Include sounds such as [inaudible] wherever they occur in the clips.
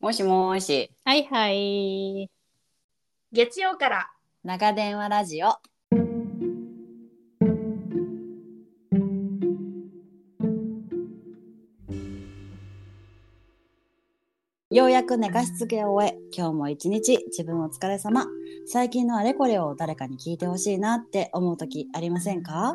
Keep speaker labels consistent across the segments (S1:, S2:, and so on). S1: もしもーし、
S2: はいはい。月曜から。
S1: 長電話ラジオ。ようやく寝かしつけを終え、今日も一日自分お疲れ様。最近のあれこれを誰かに聞いてほしいなって思う時ありませんか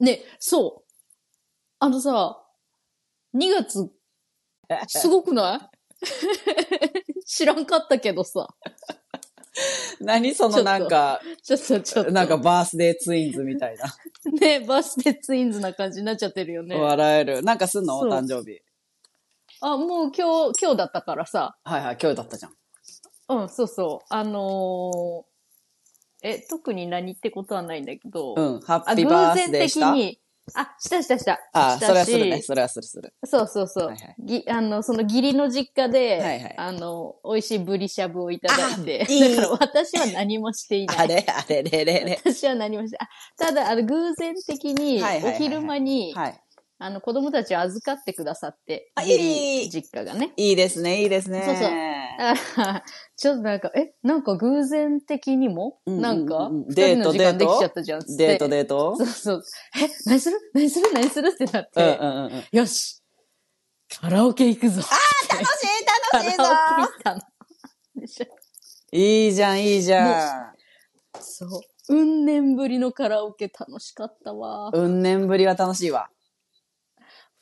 S3: ねえ、そう。あのさ、2月、
S1: [laughs]
S3: すごくない [laughs] 知らんかったけどさ。
S1: 何そ
S3: のなん
S1: か
S3: ちょっとちょっと。
S1: バースデーツインズみたいな
S3: ねえ、バースデーツインズな感じになっちゃってるよね。
S1: 笑えるなんかすん
S3: のそうお誕
S1: 生日
S3: あ、もう今日、今日だったからさ。
S1: はいはい今日だったじゃん
S3: うん、そうそう。あのー、え、特に何ってことはないんだけど。
S1: うん、ハッ
S3: あ、
S1: ピー
S3: 偶
S1: バース
S3: 然
S1: デー
S3: 的
S1: した。
S3: に。あ、したしたした。
S1: あ、
S3: した
S1: それはするね。
S3: し
S1: それはするする。
S3: そうそうそう。
S1: はいはい
S3: ぎあの、その義理の実家で、
S1: はいはい
S3: あの、美味しいブリしゃぶをいただいて、
S1: あいい
S3: だから私は何もしていない。
S1: あれあれれれれ。
S3: 私は何もして、あただ、あの、偶然的に、
S1: はいはいはい
S3: お
S1: はい
S3: 昼間に、
S1: はい。
S3: あの、子供たちを預かってくださって、
S1: あいい
S3: 義理実家がね。
S1: いいですね、いいですね。
S3: そうそうだから、 [laughs] ちょっとなんか、え、なんか偶然的にも、
S1: うんうんうん
S3: なんか、二
S1: デ
S3: 人
S1: ー
S3: の
S1: ト
S3: 時間
S1: デ
S3: で
S1: ート
S3: きちゃったじゃん、つって
S1: デートデート
S3: そうそう。え、何する何する何するってなっ
S1: う
S3: て、
S1: んうんうん。楽し
S3: よしカラオケ行くぞあ楽
S1: い楽しいぞ
S3: たの。でしょ
S1: いいじゃん、いいじゃん。
S3: そう。うん年ぶりのカラオケ楽しかったわ。
S1: うん年ぶりは楽しいわ。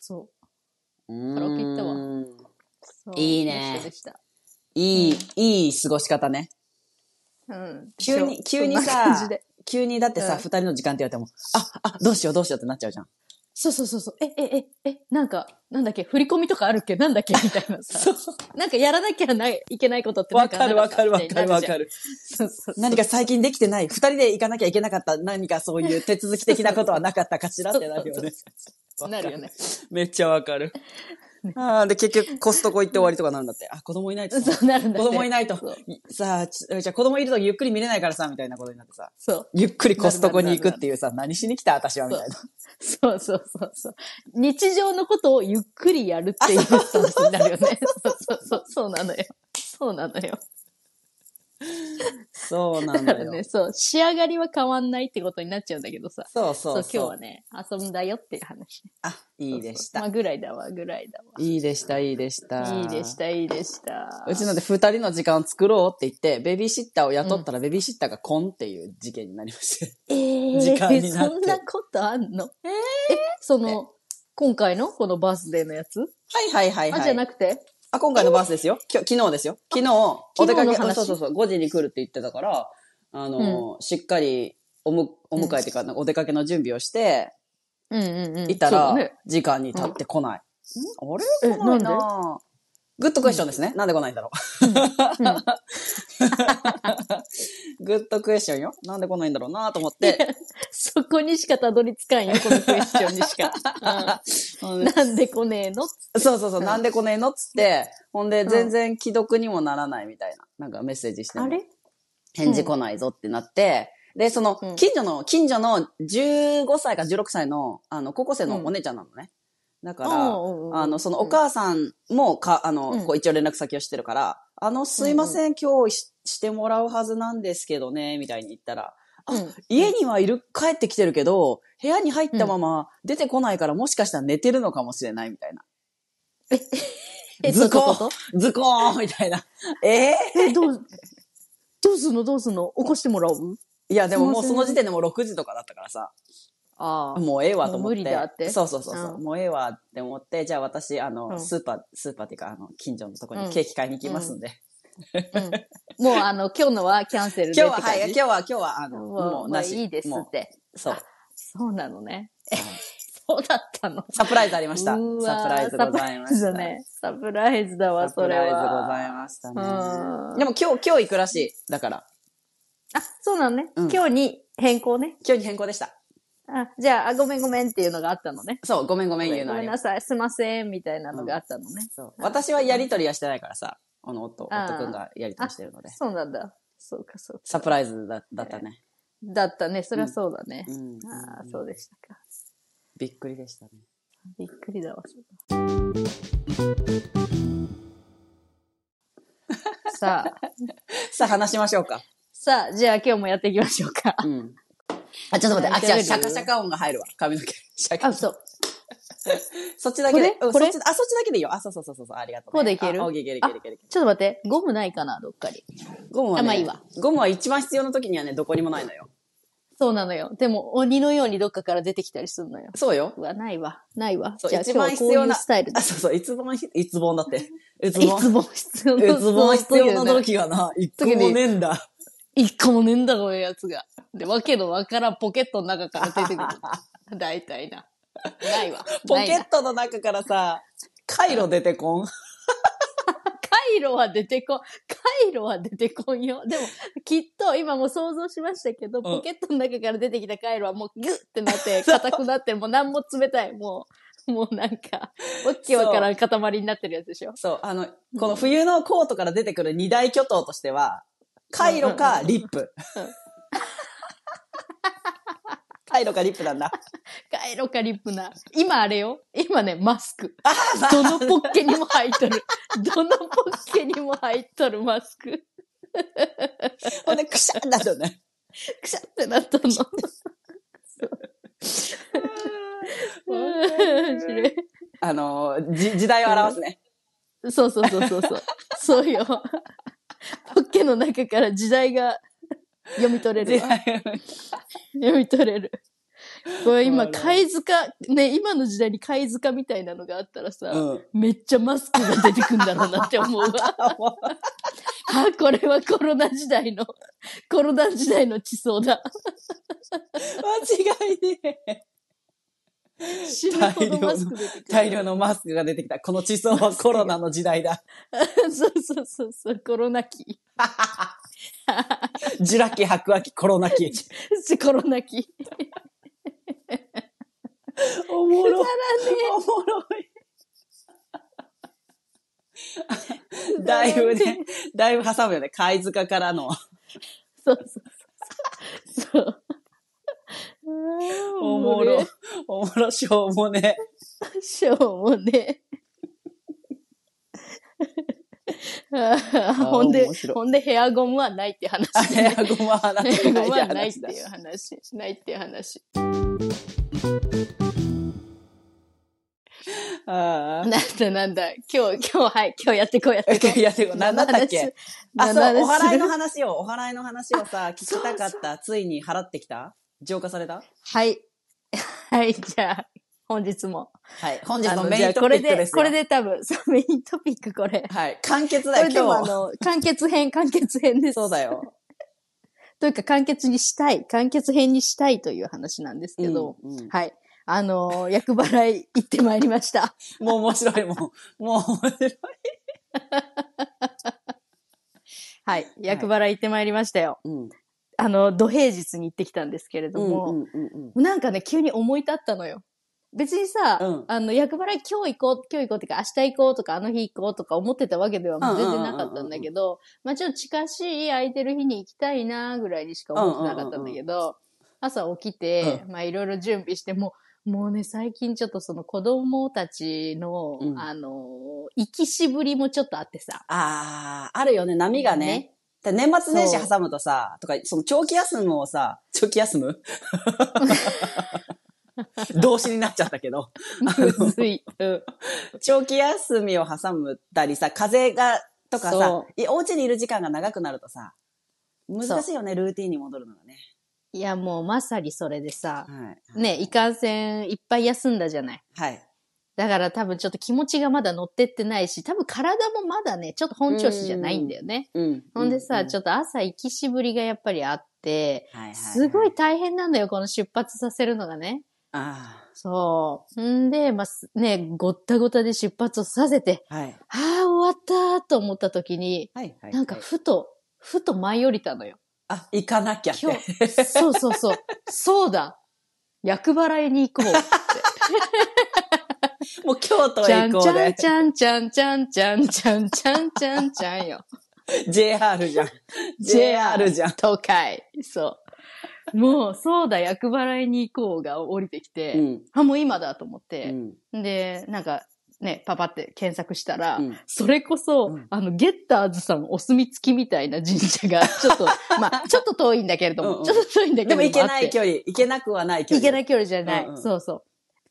S3: そう。
S1: カ
S3: ラオケ行ったわそう
S1: いいね
S3: でした。
S1: いい、いい過ごし方ね。
S3: うん。
S1: 急に
S3: そう
S1: 急にさ
S3: そんな感じで
S1: 急にだってさ、
S3: うん
S1: 二人の時間って言われても、あ、あ、どうしようどうしようってなっちゃうじゃん。
S3: そうそうそうそう。え、え、え、え、なんか、なんだっけ、振り込みとかあるっけなんだっけみたいな
S1: [laughs]
S3: さ。なんかやらなきゃないいけないことってな
S1: わ
S3: ん
S1: かるわかるわかるわか
S3: る。
S1: る。
S3: そうそうそう。
S1: 何か最近できてない、二人で行かなきゃいけなかった、何かそういう手続き的なことはなかったかしらってなるよね。わ
S3: [laughs]
S1: か
S3: なるよね。
S1: めっちゃわかる。ああ、で、結局コストコ行って終わりとかなるんだって。あ、子供いないとさ。
S3: そうなるんだ
S1: 子
S3: って
S1: 供いないと
S3: そう。
S1: さあ、ちじゃあ子供いるとゆっくり見れないからさ、みたいなことになってさ。
S3: そう。
S1: ゆっくりコストコに行くっていうさ、何しに来た私は、みたいな。
S3: そうそうそうそう。日常のことをゆっくりやるっていうスタンスになるよね。そうそうそう。そうなのよ。そうなのよ。
S1: そうな
S3: だか [laughs]
S1: んだ
S3: ら
S1: よ。
S3: ね、そう、仕上がりは変わんないってことになっちゃうんだけどさ。
S1: そう
S3: そう
S1: そうそう。
S3: 今日はね、遊んだよっていう話。
S1: あ、いいでし
S3: そうそうま
S1: た
S3: あ、。ぐらいだわ、ぐらいだわ。
S1: いいでした、いいでした。
S3: いいでし。た、いいでした。
S1: うちので二人の時間を作ろうって言って、ベビーシッターを雇ったらベビーシッターがコンっていう事件になりまして。
S3: えー
S1: 時間になって
S3: そんなことあんのえその、今回のこのバースデーのやつ、
S1: はいはいはいはい。
S3: あ、じゃなくて
S1: あ、今回のバースですよ。きょ昨日ですよ。昨日、お出
S3: 昨
S1: か
S3: 日の
S1: け、
S3: 話
S1: そうそうそう、5時に来るって言ってたから、あの、しっかりおむ、お迎えっていうか、なんかお出かけの準備をして、
S3: うんうんうん。
S1: いた
S3: そ
S1: ら
S3: うね、
S1: 時間に経ってこない。んあ
S3: え
S1: れ来ない
S3: な
S1: なグッドクエスチョンですね。なんで来ないんだろ
S3: うん
S1: う。 [laughs] グッドクエスチョンよ。なんで来ないんだろうなと思って。
S3: そこにしかたどり着かんよ、このクエスチョンにしか。
S1: [laughs] う
S3: う
S1: ん
S3: ん [laughs] なんで来ねえの
S1: そうそうそう、
S3: うん
S1: なんで来ねえのっつって、ほんで
S3: ん
S1: 全然既読にもならないみたいな、なんかメッセージしても
S3: あれ
S1: 返事来ないぞってなって、で、その
S3: うん、
S1: 近所の、近所の15歳か16歳の、あの、高校生のお姉ちゃんなのね。だから、あの、そのお母さんもか、あの、
S3: うん
S1: こう一応連絡先をしてるから、あの、すいません、今日ししてもらうはずなんですけどね、みたいに言ったら、
S3: うんうん
S1: 家にはいる、帰ってきてるけど、部屋に入ったまま出てこないから、もしかしたら寝てるのかもしれないみたいな。
S3: え
S1: 図
S3: どういう
S1: 工
S3: こと
S1: 図工みたいな。ええ
S3: [laughs] え、どう、どうすんのどうすんの起こしてもらう
S1: いや、でももう
S3: すい
S1: そ
S3: ません
S1: の時点でもう6時とかだったからさ、
S3: あ
S1: もうええわと思って。
S3: もう無理だって
S1: そうそうそうそう、
S3: う
S1: もうええわって思って、じゃあ私、あの、
S3: うん
S1: スーパー、スーパーっていうか、あの、近所のとこ
S3: う
S1: に
S3: ん
S1: ケーキ買いに行きますんで。
S3: あ。うん。 [laughs] もう、あの、今日のはキャンセルで
S1: 今日
S3: っ
S1: は、
S3: て感
S1: は
S3: じ
S1: い、今日は、今日は、あの、
S3: もう
S1: もう
S3: もう
S1: なし。
S3: いいです
S1: も
S3: って。
S1: うそう。
S3: そうなのね。 [laughs] そうだったの。
S1: サプライズありました。サ
S3: うーわー
S1: プライズございま
S3: サプ
S1: し
S3: ライズだ
S1: た。
S3: ね。サプライズだわ、
S1: サ
S3: それ
S1: プライズ
S3: は。
S1: ございましたね。
S3: うん
S1: でも今日、今日行くらしい。だから、
S3: あ、そうなのね。
S1: うん
S3: 今日に変更ね。
S1: 今日に変更でした。
S3: あ、じゃああ、ごめんごめんっていうのがあったのね。
S1: そう、ごめんごめん言う
S3: ご
S1: のあ
S3: め
S1: り
S3: ん
S1: ま
S3: な
S1: す。
S3: さい、すいません、みたいなのがあったのね。
S1: そう私はやりとりはしてないからさ、あの、夫、
S3: あー
S1: 夫くんがやりとりしてるので。
S3: そうなんだ。そうか、そうか。
S1: サプライズだだったね。
S3: だったね。そりゃそうだね。
S1: うん。
S3: ああ、そうでしたか。
S1: びっくりでしたね。
S3: びっくり
S1: [laughs]
S3: だわ。それさあ、
S1: さあ話しましょうか。
S3: さあ、じゃあ今日もやっていきましょう
S1: [laughs]
S3: か。
S1: うん。あ、ちょっと待って。あ、
S3: じゃ
S1: 違
S3: あ
S1: う、シャカシャカ音が入るわ。髪の毛。シャ
S3: あ、
S1: カ。
S3: そう。
S1: そっちだけで。
S3: これ
S1: うん
S3: これ
S1: そっちあ、そっちだけでいいよ。あ、そうそうそうそうそう。ありがとう、
S3: こうでいける
S1: あ、オッケーいけるいけるいけるいけ
S3: ちょっと待って、ゴムないかな、どっかに。
S1: る。ゴムは、ね、
S3: あまあいいわ。
S1: ゴムは一番必要な時にはね、どこにもないのよ。
S3: そうなのよ。でも、鬼のようにどっかから出てきたりするのよ。
S1: そうよ
S3: う。わ、ないわ。ないわ。
S1: そう
S3: じゃあ
S1: 一
S3: 今日
S1: 番
S3: はこ
S1: 必
S3: う
S1: 要
S3: いう
S1: な
S3: スタイルで
S1: あ、。そうそう。いつも、いつもん
S3: [laughs]
S1: だって。いつ
S3: い
S1: も
S3: つ。も必要
S1: い
S3: な
S1: つも必要な
S3: 時。
S1: 時がな、一個もねえんだ。
S3: 一個もねえんだ、このやつが。で、わけのわからんポケットの中から出 [laughs] てくる。大体な。ないわ。
S1: ポ
S3: ない
S1: ケ
S3: な
S1: ットの中からさ、カイロ出てこん。
S3: カイロは出てこん。カイロは出てこんよ。でも、きっと、今もう想像しましたけど、ポケットの中から出てきたカイロはもうギュッってな [laughs] って、硬くなって、もう何も冷たい。もう、もうなんか、わっけわからん塊になってるやつでしょ。
S1: そう、あの、この冬のコートから出てくる二大巨頭としては、カイロかリッ [laughs] プ。カイロかリップなんだ。
S3: カイロかリップな。今あれよ。今ね、マス [laughs] ク。どのポッケにも入っとる。どのポッケにも入っとるマスク。
S1: [laughs] ほんで、くしゃんだよね。
S3: くしゃってなったの。面白い
S1: あの、じ時代を表すね。
S3: そうそうそうそうそう。そうよ。ポッケの中から時代が読み取れ
S1: 時
S3: るわ。
S1: 代
S3: 読み取れる。これ今、
S1: そうね
S3: 貝塚、ね、今の時代に貝塚みたいなのがあったらさ、
S1: うん
S3: めっちゃマスクが出てくんだろうなって思うわ。あ、これはコロナ時代の、コロナ時代の地層だ。
S1: 間違いねえ。
S3: 死ぬほどマスク出てくる。
S1: 大量のマスクが出てきた。この地層はコロナの時代だ。
S3: [laughs] そうそうそうそう、コロナ期。
S1: ジュラ紀、白亜紀、コロナ紀。
S3: コロナ期。
S1: おもろい。おもろい。だいぶね、だいぶ挟むよね。貝塚からの。
S3: そうそうそう。そう。
S1: おもろ。。おもろしょうもね。
S3: しょうもね。あーほんで
S1: 面、白い
S3: ほんでヘアゴムはないって話。
S1: あヘアゴムはな
S3: ヘアゴムはない
S1: 話
S3: っていう話。ないっていう話。
S1: あ
S3: なんだなんだ。今日、今日、はい、今日やってこうやってこ
S1: あ。
S3: う
S1: い。や、でも、なんだったっけあ、
S3: 何
S1: そう、
S3: の
S1: お
S3: 話
S1: 祓いの話を、お祓いの話をさ、聞きたかった。ついに払ってきた浄化され
S3: は
S1: た
S3: い。はい、じゃあ、本日も。
S1: はい。本日
S3: あ
S1: の
S3: の
S1: メ
S3: じゃ
S1: イ
S3: あ
S1: ント
S3: これ
S1: ピックで
S3: で、
S1: すよ。
S3: これで多分、 [laughs] そうメイントピックこれ。
S1: はい。簡潔
S3: こ
S1: だよ、
S3: れでもあ
S1: 今日。
S3: の、完結編、完結編です。
S1: そうだよ。
S3: というか、完結にしたい、完結編にしたいという話なんですけど、
S1: うんうん
S3: はい。あのー、役払い行ってまいりました。
S1: もう面白い、もう。もう面白い。
S3: はい。役払い行ってまいりましたよ。
S1: うん。
S3: あの、土平日に行ってきたんですけれど
S1: うん
S3: も、
S1: うんうんうん。
S3: なんかね、急に思い立ったのよ。別にさ、
S1: うん
S3: あの、役払い今日行こう、今日行こうっていうか、明日行こうとか、あの日行こうとか思ってたわけではもう全然なかったんだけど、まあちょっと近しい空いてる日に行きたいなぐらいにしか思ってなかったんだけど、朝起きて、まあいろいろ準備して、もう、もうね、最近ちょっとその子供たちの、
S1: うん
S3: あの、生きしぶりもちょっとあってさ。
S1: あー、あるよね、波がね。
S3: ね [laughs]
S1: で年末年始
S3: [laughs]
S1: 挟むとさ、とか、その長期休むをさ、長期休む [laughs] 動詞になっちゃったけど。
S3: むずい。うん。
S1: 長期休みを挟むたりさ、風邪が、とかさ
S3: そ、
S1: いお家にいる時間が長くなるとさ、難しいよね、ルーティンに戻るのがね。
S3: いや、もうまさにそれでさ、
S1: はい。
S3: ね、いかんせんいっぱい休んだじゃない。
S1: はい。
S3: だから多分ちょっと気持ちがまだ乗ってってないし、多分体もまだね、ちょっと本調子じゃないんだよね。
S1: うん。
S3: ほんでさ、
S1: う
S3: ちょっと朝行きしぶりがやっぱりあって、
S1: はいはは
S3: すごい。大変なんだよ、この出発させるのがね。
S1: あ
S3: そう。んで、まあ、すね、ごったごたで出発をさせて、
S1: あ。はい。
S3: ああ、終わったと思った時に、
S1: はい。はい
S3: なんかふと、ふと舞い降りたのよ。
S1: あ、行かなきゃって。
S3: 今日、そうそうそう。そうだ。役払いに行こう。
S1: [laughs] [laughs] もう京都
S3: ちゃ
S1: へ
S3: ん
S1: 行
S3: ち
S1: こう
S3: ゃん
S1: で。
S3: ちゃんちゃんちゃんちゃんちゃんちゃんちゃんちゃんよ。
S1: JR じゃん。JR じゃん。
S3: 東海。そう。もう、そうだ、役払いに行こうが降りてきて、
S1: うん。
S3: あ、もう今だと思っ
S1: う
S3: て、
S1: ん。
S3: で、なんか、ね、パパって検索したら、
S1: うん
S3: それこそ、
S1: うん
S3: あの、ゲッターズさんお墨付きみたいな神社
S1: [laughs]
S3: が、ちょっと、まあ、ちょっと遠いんだけれども、
S1: うんうん
S3: ちょっと遠いんだけれど
S1: でも
S3: もあっ
S1: 行
S3: て。
S1: けない距離。行けなくはない距離。
S3: いけない距離じゃない。
S1: うんうん
S3: そうそう。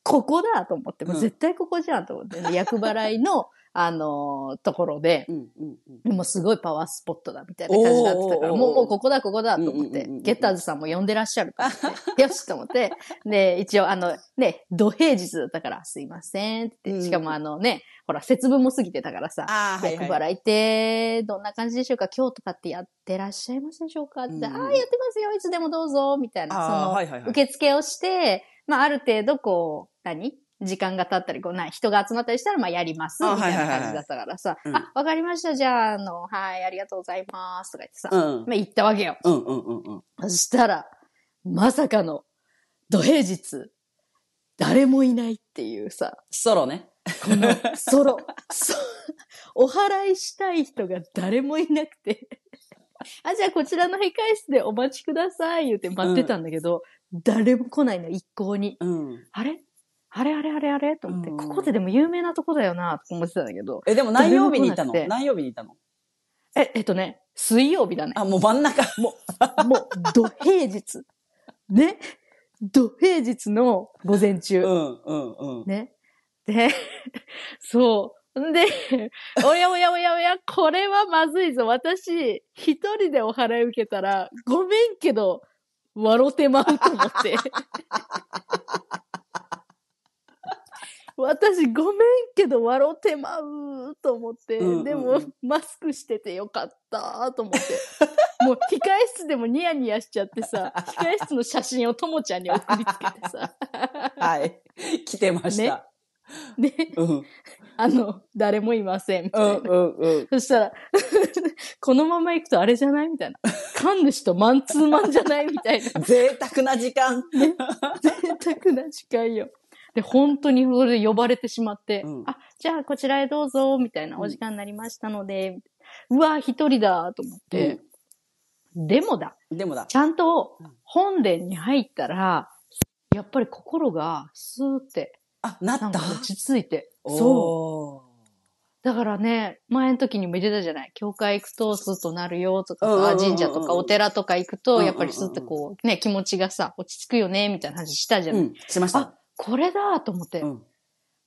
S3: ここだと思って、もう
S1: うん
S3: 絶対ここじゃんと思って、厄払いの、あのーところで、
S1: うんうんうん。
S3: もうすごいパワースポットだみたいな感じになってたから、
S1: おーおーおー
S3: もう、もうここだ、ここだと思っ
S1: うんうんう
S3: て
S1: んうんう、ん
S3: ゲッターズさんも呼んでらっしゃると思って、よしと思っ
S1: [laughs]
S3: て、で、一応あの、ね、土平日だったから、すいませんって、しかもあのね、ほら、節分も過ぎてたからさ、
S1: ああ、はい
S3: 厄
S1: はい。
S3: 払いって、どんな感じでしょうか今日とかってやってらっしゃいますでしょうかって、
S1: うんうん
S3: ああ、やってますよいつでもどうぞみたいな、そ
S1: ああ、
S3: の、
S1: はいはいはい。
S3: 受付をして、まあ、ある程度、こう、何時間が経ったり、こう、な、人が集まったりしたら、まあ、やります、
S1: あ
S3: みたい
S1: は
S3: ない
S1: はいはい
S3: 感じだったからさ、
S1: うん
S3: あ、わかりました、じゃあ、あの、はい、ありがとうございます、とか言ってさ、
S1: うん。
S3: まあ、行ったわけよ。
S1: うんうんうんうん。
S3: そしたら、まさかの、土平日、誰もいないっていうさ、
S1: ソロね。
S3: こ
S1: [laughs]
S3: の、ソロ、そお祓いしたい人が誰もいなくて、 [laughs] あ、じゃあこちらの控室でお待ちください、言って待ってたんだけど、誰も来ないの、一向に。
S1: うん。
S3: あれあれあれあれあれと思って、
S1: うん
S3: ここってでも有名なとこだよな、と思ってたんだけど。
S1: え、でも何曜日に行ったの
S3: 誰も来なくて
S1: 何曜日に行ったの
S3: え、えっとね、水曜日だね。
S1: あ、もう真ん中。も
S3: もう、土平日。ね土平日の午前
S1: う。う
S3: 中。
S1: んうんうん。
S3: ね。で、 [laughs] そう。んで、おやおやおやおや、これはまずいぞ。私、一人でお払い受けたら、ごめんけど、笑うてまうと思って。私、ごめんけど、笑うてまうと思って、
S1: うんうんうん
S3: でも、マスクしててよかったと思って。もう、控室でもニヤニヤしちゃってさ、控室の写真をともちゃんに送りつけてさ、
S1: はい。来てました。
S3: ね、
S1: うん。うん
S3: あの、誰もいません、みた
S1: う
S3: いな。
S1: んうん。
S3: そしたら、 [laughs] このまま行くとあれじゃないみたいな。神主とマンツーマンじゃないみたいな。
S1: 贅沢な時間。
S3: 贅沢な時間よ。で、本当にそれで呼ばれてしまって、
S1: うん
S3: あ、じゃあこちらへどうぞ、みたいな、
S1: うん
S3: お時間になりましたので、うわ、一人だ、と思って、でもだ、
S1: うんでもだ。
S3: ちゃんと
S1: うん
S3: 本殿に入ったら、やっぱり心がスーって、
S1: あ、な
S3: な
S1: っ
S3: ん
S1: た
S3: か落ち着いて、そう。
S1: そ
S3: だからね、前の時にも言ってたじゃない。教会行くとスッとなるよとか
S1: うんうんうんう
S3: さ、
S1: ん
S3: 神社とかお寺とか行く
S1: うん
S3: と、
S1: うんうん
S3: やっぱりスッとこう、ね、気持ちがさ、落ち着くよね、みたいな話したじゃ
S1: う。
S3: な
S1: う
S3: い。
S1: ん。しました
S3: あ。これだと思って、
S1: うん。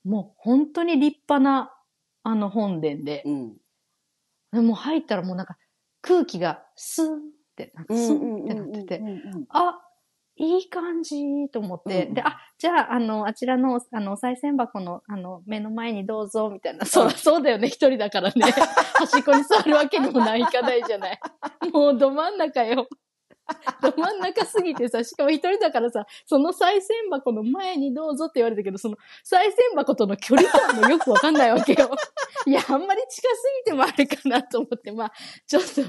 S3: もう本当に立派な、あの本殿で、
S1: うん。
S3: もう入ったらもうなんか空気がスーンって、なんかスーンってなってて、
S1: うんうんうん
S3: あ、いい感じと思って、
S1: うんうん
S3: で、あ、じゃあ、あの、あちらの、あの、お賽銭箱の、あの、目の前にどうぞ、みたいな。そらそうだよね、一人だからね。
S1: [laughs]
S3: 端っこに座るわけにもないかないじゃない。もうど真ん中よ。 [laughs] ど真ん中すぎてさ、しかも一人だからさ、その賽銭箱の前にどうぞって言われたけど、その賽銭箱との距離感もよくわかんないわけよ。 [laughs] いや、あんまり近すぎてもあれかなと思って、まあ、ちょっと、2、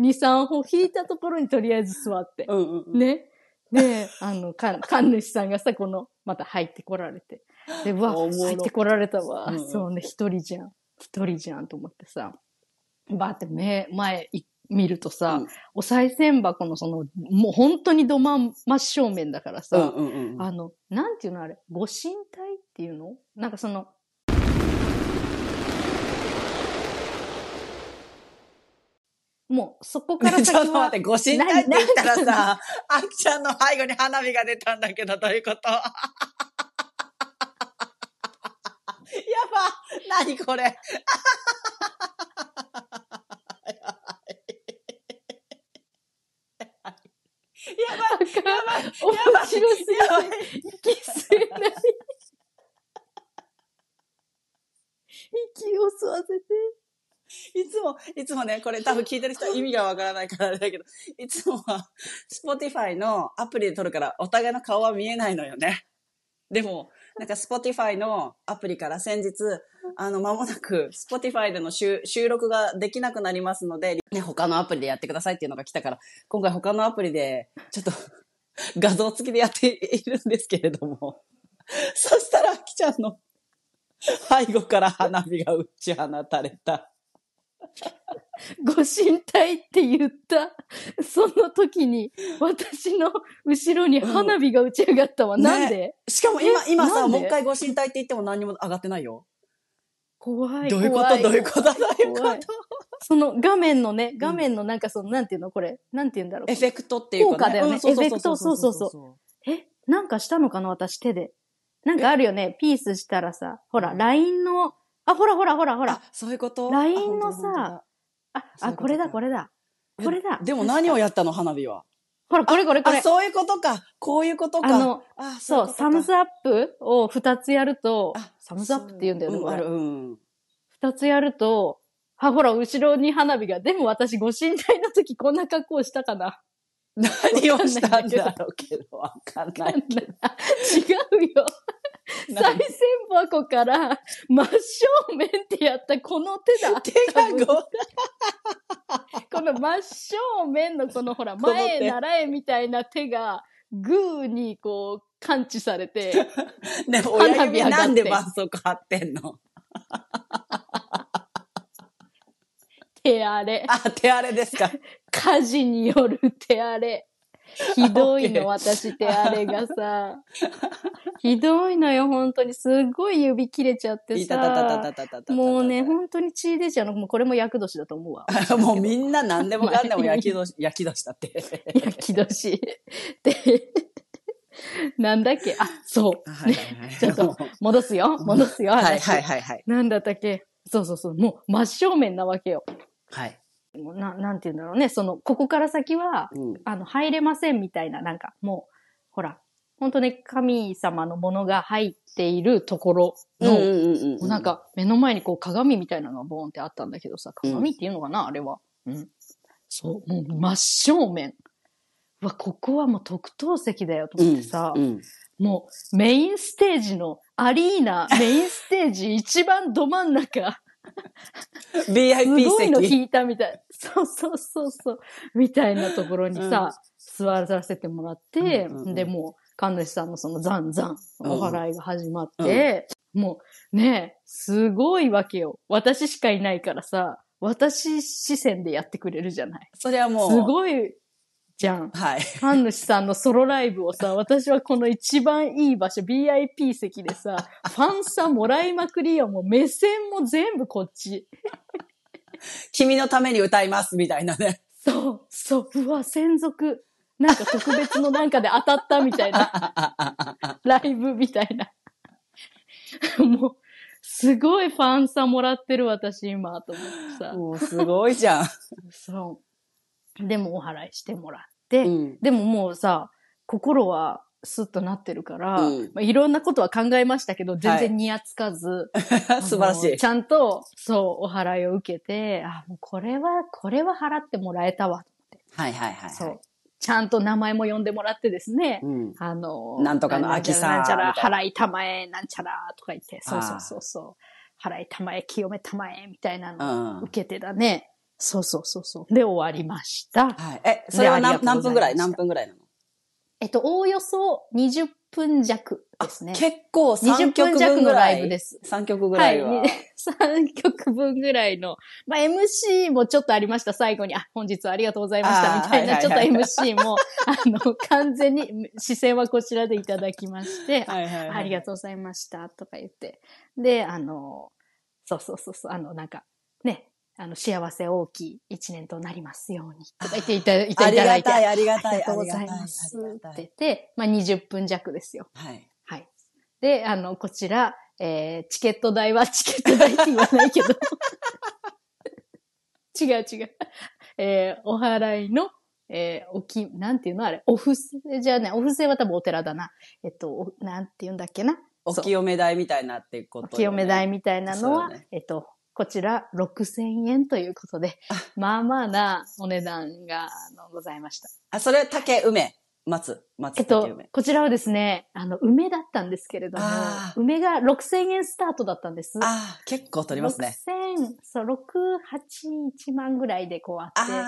S3: 3歩引いたところにとりあえず座って。
S1: うんうんうん。
S3: ね。で、あの、か、 [laughs] 神主さんがさ、この、また入ってこられて。で、うわ、
S1: おもろ
S3: 入ってこられたわ。
S1: うんうん
S3: そうね、一人じゃん。一人じゃんと思ってさ。バーって目、前い見るとさ、
S1: うん
S3: お賽銭箱のその、もう本当にど真ん真正面だから
S1: うん
S3: さ、
S1: うんうんうん。
S3: あの、なんていうのあれ、ご神体っていうのなんかその、もうそこから
S1: [laughs] ち
S3: 先
S1: ょ
S3: は
S1: っと待って、ご神体って言ったらさ、あきちゃんの背後に花火が出たんだけど、どういうこと [laughs] 何これ。やばい。
S4: 面白す
S1: やばい。やばい。
S4: ぎ
S1: やばい
S4: て、息吸えない。息を吸わせて。
S1: [laughs] いつも、いつもね、これ多分聞いてる人は意味がわからないからあれだけど、いつもは Spotify のアプリで撮るからお互いの顔は見えないのよね。でも、なんか Spotify のアプリから先日、あの、間もなく Spotify での収収録ができなくなりますので、ね、他のアプリでやってくださいっていうのが来たから、今回他のアプリで、ちょっと画像付きでやっているんですけれども、そしたら、きちゃんの背後から花火が打ち放たれた。
S3: [laughs]
S4: ご神体って言った、その時に、私
S1: [laughs]
S4: の後ろに花火が打ち上がったわ。
S1: うんね
S4: なんで
S1: しかも今、
S4: え
S1: 今さ、
S4: なんで
S1: もう一回ご神体って言っても何にも上がってないよ。
S4: 怖い。
S1: どういうこ
S4: 怖
S1: とどういうことどういう
S4: 怖
S1: こ
S4: い
S1: と
S4: その画面のね、画面のなんかその、なんていうのこれ、なんていうんだろう
S1: エ。フェクトっていう
S4: 効
S1: か
S4: 果だよね
S1: うんそうそう
S4: エフェクトそうそうそ
S1: う。
S4: うえ、なんかしたのかな私手で。なんかあるよね。ピースしたらさ、ほら、LINE の、あ、ほらほらほらほ
S1: ほ
S4: ら
S1: ら。、そういうことあ
S4: LINE
S1: 本当
S4: の
S1: だ本当だ
S4: さあ、
S1: そう
S4: あ、
S1: いうことか
S4: これだ、これだ。これだ
S1: えでも何をやったの花火は。
S4: ほら、これこれこ
S1: あ、
S4: れ。
S1: そういうことか。こういうことか。
S4: あの、
S1: あ、
S4: そう、サムズ
S1: アッ
S4: アップを2つやると
S1: あ、
S4: サムズアップって言うんだよね、こ
S1: ある、
S4: れ。
S1: うん。
S4: 2つやると、あ、ほら、後ろに花火が。でも私、ご神体の時こんな格好したかな。
S1: 何をしたんだ
S4: わ
S1: ろうけど、わかん
S4: な
S1: なん
S4: [laughs]
S1: い。
S4: だ違
S1: [laughs]
S4: うよ。
S1: なん
S4: 再
S1: で
S4: 銭箱から真正面ってやったこの手
S1: [laughs]
S4: だ。
S1: 手がご、
S4: この真正面のこの
S1: [laughs]
S4: ほら、
S1: この手
S4: 前へ習えみたいな手が、グーにこう、感知されて、
S1: ね、親
S4: 花火
S1: 指
S4: 上がって
S1: なんで絆創膏貼ってん
S4: [laughs]
S1: の
S4: 手荒れ。
S1: あ、手荒れですか。
S4: 火事による手荒れ。ひ
S1: [laughs]
S4: どい
S1: OK
S4: の、私、手荒れがさ。ひどいのよ、本当に。すっごい指切れちゃって
S1: いたたたたた
S4: さ。
S1: たたた。
S4: もうね、本当に血出ちゃうの。もうこれも厄年だと思うわ。
S1: [laughs] もうみんな何でもかんでも焼き出し、焼き出したって。
S4: 厄年。 [laughs] で、なんだっけあ、そう。
S1: はい
S4: ね [laughs] ちょっと戻すよ、戻すよ。
S1: はい
S4: 話
S1: はいはいはい。
S4: なんだったっけそうそうそう。もう真正面なわけよ。
S1: はい。
S4: もうななんて言うんだろうね。その、ここから先は、
S1: うん。
S4: あの、入れませんみたいな、なんか、もう、ほら、ほんとね、神様のものが入っているところの、も
S1: うん
S4: うなん、か、目の前にこう鏡みたいなのがボーンってあったんだけどさ、
S1: うん
S4: 鏡っていうのかな、あれは。うん。そう、もう真正面。うわ、ここはもう特等席だよと思ってさ、
S1: うん。
S4: もうメインステージの、アリーナ、メインステージ一番ど真ん中。す
S1: VIP
S4: ごいの
S1: 席。
S4: 聞いたみたい。そうそうそうそう。みたいなところにさ、座らせてもらって、
S1: うんうんうん
S4: で、もう、神主さんのそのザンザン、
S1: うん
S4: お祓いが始まって、もう、ねえ、すごいわけよ。私しかいないからさ、私視線でやってくれるじゃない。
S1: それは
S4: す
S1: もう。い。
S4: ごい、じゃん。
S1: はい。
S4: 神主さんのソロライブをさ、私はこの一番いい場所、VIP 席でさ、ファンさもらいまくりよ。もう目線も全部こっち。
S1: 君のために歌います、みたいなね。
S4: そう、そう、うわ、専属。なんか特別のなんかで当たったみたいな、 [laughs] ライブみたいな。もう、すごいファンさもらってる私今、と思ってさ。
S1: もうすごいじゃん。
S4: そう。でもお祓いしてもらって、
S1: ん。
S4: でも [laughs] もうさ、心はスッとなってるから、
S1: うん
S4: まあ、いろんなことは考えましたけど、全
S1: はい
S4: 然にやつかず、
S1: [laughs] [laughs] 素晴らし
S4: あ
S1: い
S4: の。ちゃんと、そう、お祓いを受けて、あ、もうこれは、これは払ってもらえたわ、
S1: [laughs] はいはいはい。
S4: そう。。ちゃんと名前も呼んでもらってですね。
S1: うん。
S4: あの、
S1: なんとかの秋さん
S4: なんちゃら、
S1: みたいな
S4: 払いたまえ、なんちゃら、とか言って、そうそ
S1: あー
S4: うそうそう。払いたまえ、清めたまえ、みたいな
S1: う
S4: の
S1: ん。は
S4: 受けてだね。そうそうそうそう。で、終わりました。
S1: い。え、それは
S4: であ
S1: 何
S4: りがと
S1: 何
S4: うございました
S1: 分ぐらい何分ぐらいなの
S4: えっと、おおよそ20分弱ですね。
S1: 結構3
S4: 20
S1: 曲
S4: 分弱
S1: 分ぐ
S4: の
S1: ら
S4: ラ
S1: い。
S4: イブです。
S1: 3曲ぐらいは。
S4: はい。3曲分ぐらいの。まあ、MC もちょっとありました。最後に、あ、本日はありがとうございました。
S1: あー
S4: みたいな、
S1: はいはいはい
S4: ちょっと MC も、 [laughs] あの、完全に視線はこちらでいただきまして、
S1: はいはいはい。
S4: ありがとうございました。とか言って。で、あの、そうそうそうそう、あの、なんか、ね、あの、幸せ大きい一年となりますように。とか言っていただいて、
S1: ありが
S4: いただ
S1: たい、
S4: いて
S1: ありが
S4: あ
S1: た
S4: り
S1: い、
S4: が
S1: あ
S4: とうご
S1: りがた
S4: ざい
S1: い。あ
S4: ます。
S1: りが
S4: って
S1: た
S4: 言
S1: い
S4: って、まあ、20分弱ですよ。
S1: はい。
S4: はい。で、あの、こちら、えーチケット代は [laughs] チケット代って言わないけど。 [laughs] 違う違う。えーお払いの、えーおき、なんていうのあれ、お布施じゃあね、お布施は多分お寺だな。えっと、おなんて言うんだっけな。
S1: お
S4: そう
S1: 清め代みたいなってこ
S4: お
S1: と、
S4: 清め代。みたいなのは、
S1: そうだね
S4: えっと、こちら6000円ということで、まあまあなお値段があのございました。
S1: あ、それは竹梅。松。松
S4: えっ
S1: 竹
S4: と
S1: 梅。、
S4: こちらはですね、あの、梅だったんですけれども
S1: あ、ー
S4: 梅が6000円スタートだったんです。
S1: ああ、結構取りますね。
S4: 6000、そう、6、8、1万ぐらいでこうあって。
S1: あ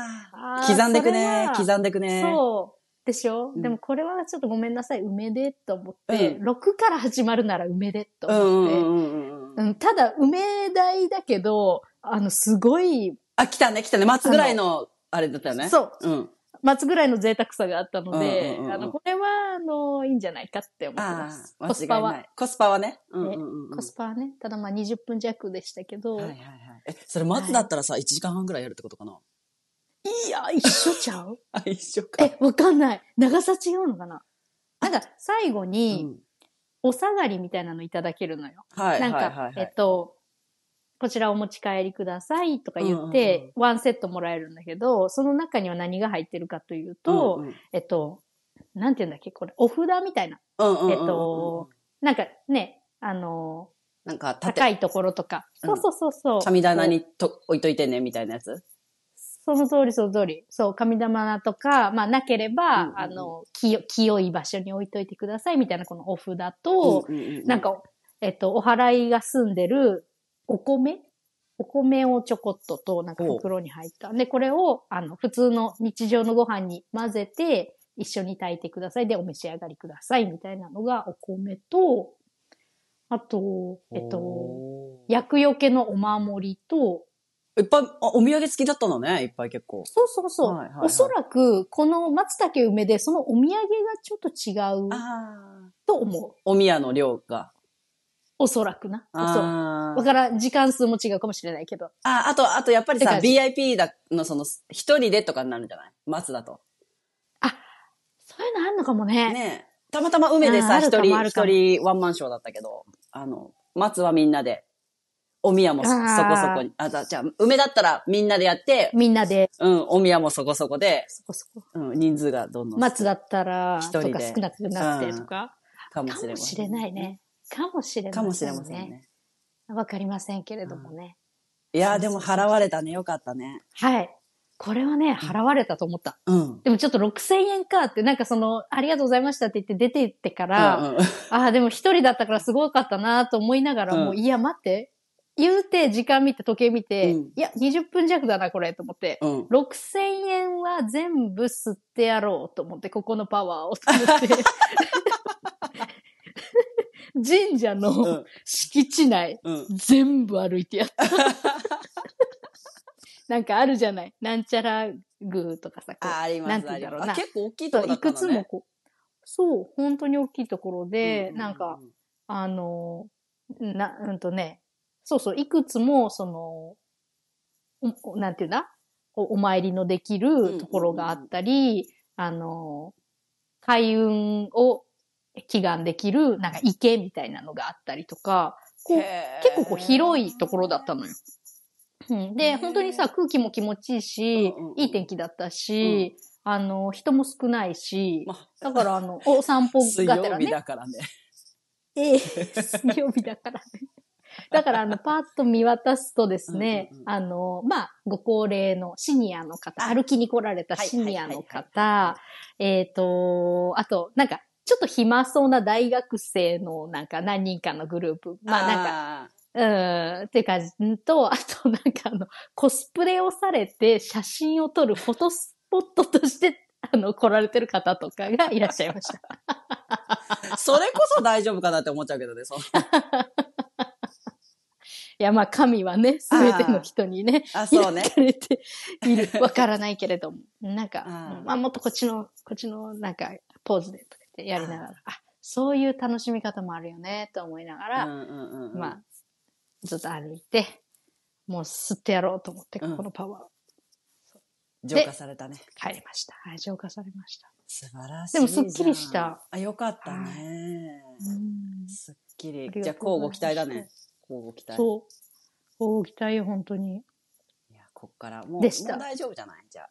S1: あ、
S4: あー
S1: 刻んでくね。
S4: それは
S1: 刻んでくね。
S4: そう。でしょ、
S1: うん
S4: でもこれはちょっとごめんなさい、梅でと思って、
S1: う
S4: 6から始まるなら梅でと
S1: うんう
S4: 思って、
S1: んうんうん。
S4: うんただ、梅代だけど、あの、すごい、
S1: あ、来たね、来たね。松ぐらいの、あれだったよね。
S4: そう、
S1: う。うん。
S4: 待つぐらいの贅沢さがあったの
S1: うんうん
S4: で、
S1: うんうん
S4: あの、これは、あの、いいんじゃないかって思ってま
S1: あ
S4: す。
S1: あ、
S4: コ
S1: 間違
S4: ス
S1: い
S4: パ
S1: な
S4: は。
S1: い。コスパはね。うんうん
S4: ね
S1: うんうん。
S4: コスパはね、ただまあ20分弱でしたけど、
S1: はいはいはい。え、それ松だったらさ、1時間半ぐらいやるってことかな。
S4: いや、一緒ちゃう
S1: あ、一緒か。
S4: え、わかんない。長さ違うのかななんか、最後
S1: う
S4: に、
S1: ん。
S4: お下がりみたいなのいただけるのよ。
S1: はいは
S4: ないんか、
S1: はいは
S4: え
S1: い
S4: っ。と、こちらお持ち帰りくださいとか言って、
S1: うんうん
S4: ワンセットもらえるんだけど、その中には何が入ってるかというと、
S1: うんうん、
S4: えっと、なんて言うんだっけこれ、お札みたいな。
S1: え
S4: えっと、なんかね、あの、
S1: なんか縦、
S4: 高いところとか。
S1: う
S4: そ
S1: ん
S4: うそうそうそう。
S1: 神棚にと置いといてね、みたいなやつ。
S4: その通り、その通り。そう、神棚とか、まあ、なければ、
S1: うんうんうん
S4: あの、清、清い場所に置いといてください、みたいな、このお札と、
S1: うんうんうん
S4: なん、か、えっと、お祓いが済んでるお米お米をちょこっとと、なんか
S1: ほう
S4: 袋に入った。で、これを、あの、普通の日常のご飯に混ぜて、一緒に炊いてください。で、お召し上がりください。みたいなのが、お米と、あと、えっと、
S1: おー、
S4: 厄除けのお守りと、
S1: いっぱい、あお土産付きだったのね、いっぱい結構。
S4: そうそうそう。
S1: はいはいはい
S4: おそらく、この松茸梅で、そのお土産がちょっと違う
S1: ああ。
S4: と思う。
S1: お宮の量が。
S4: おそらくな。おそらく。
S1: あ
S4: わ
S1: ー
S4: からん、時間数も違うかもしれないけど。
S1: あー、あと、あと、やっぱり
S4: って
S1: さ、
S4: 感じ
S1: VIP だ、の、その、一人でとかになるんじゃない松だと。
S4: そういうのあんのかもね。
S1: ねえたまたま梅でさ、
S4: あーあ
S1: 一
S4: るかも
S1: 人、
S4: ある
S1: 一
S4: かも
S1: 人ワンマンショーだったけど、あの、松はみんなで、お宮もそ
S4: あー
S1: そこそこに、あ、だじゃあ、梅だったらみんなでやって、
S4: みんなで、
S1: うん、お宮もそこそこで、
S4: そこそこ。
S1: うん、人数がどんどん
S4: 松だったら、
S1: 一
S4: と
S1: 人
S4: か
S1: で
S4: 少なくなってとか。
S1: かも
S4: か
S1: しれ
S4: も
S1: ませ
S4: し
S1: ん。
S4: れないね。かもしれませんね。
S1: かもしれませんね。
S4: わかりませんけれどもね。
S1: いやー、でも払われたね。よかったね。
S4: はい。これはね、払われたと思った。
S1: うん。
S4: でもちょっと6000円かって、なんかその、ありがとうございましたって言って出て行ってから、
S1: うんうん
S4: ああ、でも一人だったからすごかったなと思いながら、
S1: うん
S4: もう、いや、待って。言うて、時間見て、時計見て、
S1: うん
S4: いや、20分弱だな、これ、と思って。
S1: うん。
S4: 6000円は全部吸ってやろうと思って、ここのパワーをと思って。神社
S1: う
S4: の
S1: ん
S4: 敷地内、
S1: うん。
S4: 全部歩いてやった。なんかあるじゃない。なんちゃら宮とかさ、こ
S1: あー、あり
S4: う
S1: ま
S4: なん
S1: す、
S4: て言
S1: あ
S4: うん
S1: りま
S4: だろう
S1: す。
S4: な
S1: あ。結構大きいと
S4: そ
S1: こ
S4: う
S1: だ
S4: い
S1: ったの
S4: くつ
S1: ね
S4: も。こう、そう、本当に大きいところで、
S1: う
S4: なんか、、
S1: う
S4: あの、な、うんとね、そうそう、いくつも、その、おおなんていうんだおお参りのできるところがあったり、あの、開運を祈願できる、なんか池みたいなのがあったりとか、こう
S1: へー
S4: 結構こう広いところだったのよ。うん、
S1: へ
S4: で、
S1: ー
S4: 本当にさ、空気も気持ちいいし、
S1: うんうんうん
S4: いい天気だったし、あの、人も少ないし、
S1: ま
S4: だからあの、お散歩
S1: 水
S4: がて
S1: 曜
S4: ら
S1: 日
S4: ね、
S1: だからね。
S4: ええ、水曜日 [laughs] だからね。だから、あの、パッと見渡すとですね、
S1: うんうんうん
S4: あの、まあ、ご高齢のシニアの方、歩きに来られたシニアの方、えっ、と、あと、なんか、ちょっと暇そうな大学生の、なんか、何人かのグループ、まあ、なんか、
S1: か、
S4: うーん、っていう感じんと、あと、なんか、あの、コスプレをされて、写真を撮るフォトスポットとして、あの、来られてる方とかがいらっしゃいました。
S1: それこそ大丈夫かなって思っちゃうけどね。
S4: [laughs]
S1: そう
S4: いや、まあ、神はね、すべての人にね、
S1: あ、そうね
S4: 開。かれて
S1: [laughs]
S4: いる。わからないけれども。なんか、
S1: あー
S4: うんまあ、もっとこっちの、こっちの、なんか、ポーズでとかってやりながら、あ、そういう楽しみ方もあるよね、と思いなが
S1: うん
S4: ら、
S1: うんうんうん
S4: まあ、ずっと歩いて、もう吸ってやろうと思って、
S1: うん
S4: このパワー、
S1: 浄化されたね。
S4: 帰りました。はい、浄化されました。
S1: 素晴らしい。
S4: でもすっきりした。
S1: あ、よかったね。すっきり。
S4: あり
S1: じゃ
S4: が
S1: あ、
S4: と
S1: 交
S4: うござ
S1: 互
S4: い
S1: 期待
S4: ます
S1: だね。交互期待。
S4: そう。お期待よ、本当に。
S1: いや、こっから。もう、もう
S4: でした
S1: 大丈夫じゃないじゃ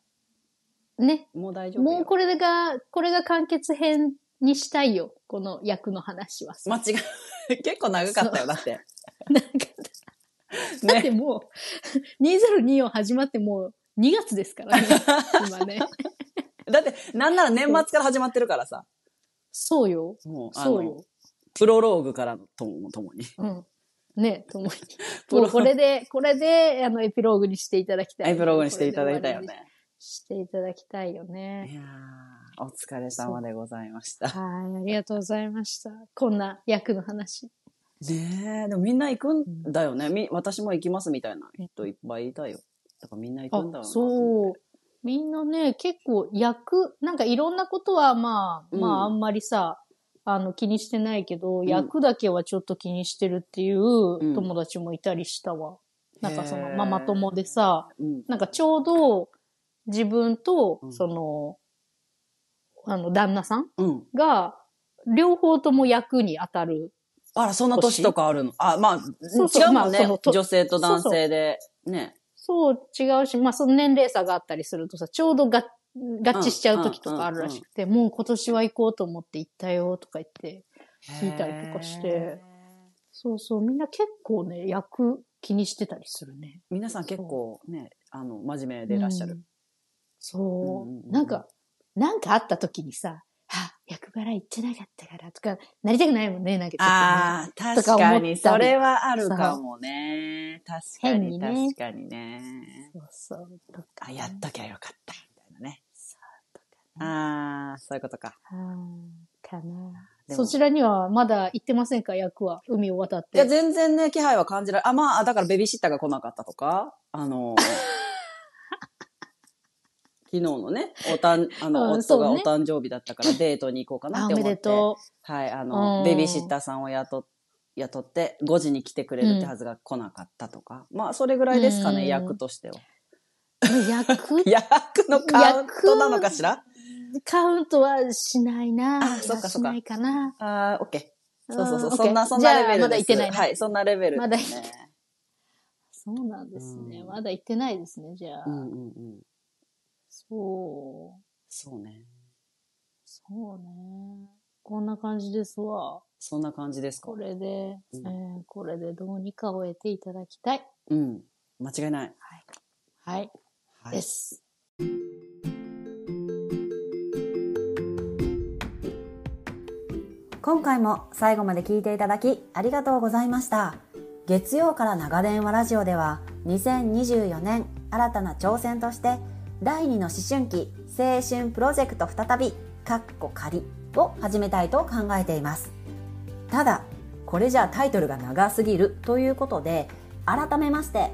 S1: あ。
S4: ね。
S1: もう大丈夫よ。
S4: もうこれが、これが完結編にしたいよ。この役の話は。
S1: 間違い。 [laughs] 結構長かったよ、だって。
S4: なんかだっ
S1: ね。
S4: てもう、2024始まってもう2月ですか
S1: [laughs]
S4: らね。今ね。
S1: だって、なんなら年末から始まってるからさ。
S4: そうよ。
S1: もう、あ
S4: そ
S1: の
S4: うよ、。
S1: プロローグからとも、ともに。
S4: うん。ね、ともに。
S1: [laughs] プロ
S4: もうこれで、これで、あの、エピローグにしていただきたい。
S1: エプローグにしていただいたよ
S4: これで終わりに
S1: ね。
S4: していただきたいよね。
S1: いやーお疲れ様でございました。
S4: はい、ありがとうございました。こんな役の話。
S1: ねえ、でもみんな行くんだよね。み私も行きますみたいな人いっぱいいたよ。だからみんな行くんだろうなと思
S4: そ
S1: っ
S4: う
S1: て。。
S4: みんなね、結構役、なんかいろんなことはまあ、
S1: うん
S4: まああんまりさ、あの気にしてないけど、
S1: ん
S4: 役だけはちょっと気にしてるっていうん友達もいたりしたわ。なんかその
S1: へー
S4: ママ友でさ、
S1: うん。
S4: なんかちょうど自分と
S1: うん、
S4: その、あの旦那さん
S1: うん。
S4: が、両方とも役に当たる。
S1: あら、そんな年とかあるのあ、まあ、
S4: うそう
S1: 違うもん
S4: まあ
S1: ね
S4: その。と
S1: 女性と男性で。ね。
S4: そう違うし、まあその年齢差があったりするとさ、ちょうどが合致しちゃう時とかあるらしくて、もう今年は行こうと思って行ったよとか言って、聞いたりとかして
S1: へー。
S4: そうそう、みんな結構ね、役気にしてたりするね。
S1: 皆さん結構ね、あの、真面目でいらっしゃ
S4: う
S1: る。
S4: んそう、
S1: うんうんうん
S4: なんか、なんかあった時にさ、あ、役柄行ってなかったからとか、なりたくないもんね、なんかちょっとね、
S1: ああ、確
S4: とか
S1: か
S4: 思
S1: に。
S4: ったり
S1: それはあるかもね。確か
S4: 変
S1: に、
S4: にね
S1: 確かにね。
S4: そうそう、とか。
S1: あ、やっときゃよかった。みたいなね。
S4: そうとかね。
S1: ああ、そういうことか。
S4: あーかな。
S1: でも
S4: そちらにはまだ行ってませんか、役は。海を渡っ
S1: い
S4: て。
S1: や、全然ね、気配は感じられ、あ、まあ、だからベビーシッターが来なかったとか、あ [laughs] の、昨日のね、おたん、あの、
S4: うん
S1: 夫が
S4: そう
S1: お
S4: ね
S1: 誕生日だったからデートに行こうかなっ
S4: あお
S1: て思
S4: め
S1: って。
S4: でと
S1: はい、あの、
S4: うん
S1: ベビーシッターさんを雇っ雇って、5時に来てくれるってはずが来なかったとか。まあ、それぐらいですかね、
S4: うん
S1: 役としては。 [laughs]
S4: う。ね役
S1: 役のカウントなのかしら
S4: カウントはしないな。
S1: あそっかそっか
S4: しないかな。
S1: ああ、オッケー。そうそうそう。
S4: ん
S1: そんな、そんなレベルです。
S4: じゃあまだ行ってないな。
S1: はい、そんなレベル
S4: ま
S1: で
S4: だ
S1: す
S4: 行っ
S1: ね。
S4: そうなんですね。
S1: うん
S4: まだ行ってないですね、じゃあ。
S1: うんうんうん。
S4: そう。
S1: そうね。
S4: そうね。こんな感じですわ。
S1: そんな感じですか
S4: これで、え
S1: うん
S4: ーこれでどうにか終えていただきたい。
S1: うん。間違いない。
S4: はい。
S1: は
S4: で
S1: い。
S4: す。
S5: 今回も最後まで聞いていただきありがとうございました月曜から長電話ラジオでは2024年新たな挑戦として第二の思春期青春プロジェクト再びかっこ仮を始めたいと考えていますただこれじゃタイトルが長すぎるということで改めまして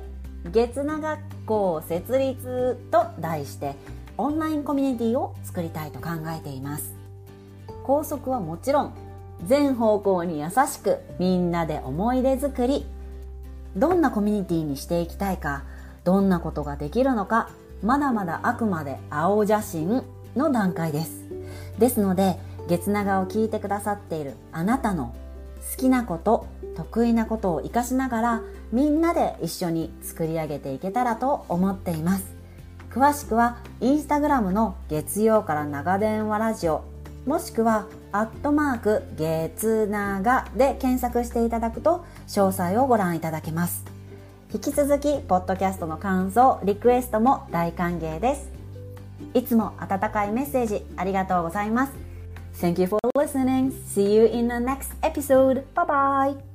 S5: 月長校設立と題してオンラインコミュニティを作りたいと考えています校則はもちろん全方向に優しくみんなで思い出作りどんなコミュニティにしていきたいかどんなことができるのかまだまだあくまで青写真の段階ですですので月長を聞いてくださっているあなたの好きなこと得意なことを活かしながらみんなで一緒に作り上げていけたらと思っています詳しくはインスタグラムの月曜から長電話ラジオもしくはアットマーク月長で検索していただくと詳細をご覧いただけます引き続きポッドキャストの感想リクエストも大歓迎ですいつも温かいメッセージありがとうございます Thank you for listening. See you in the next episode. Bye bye.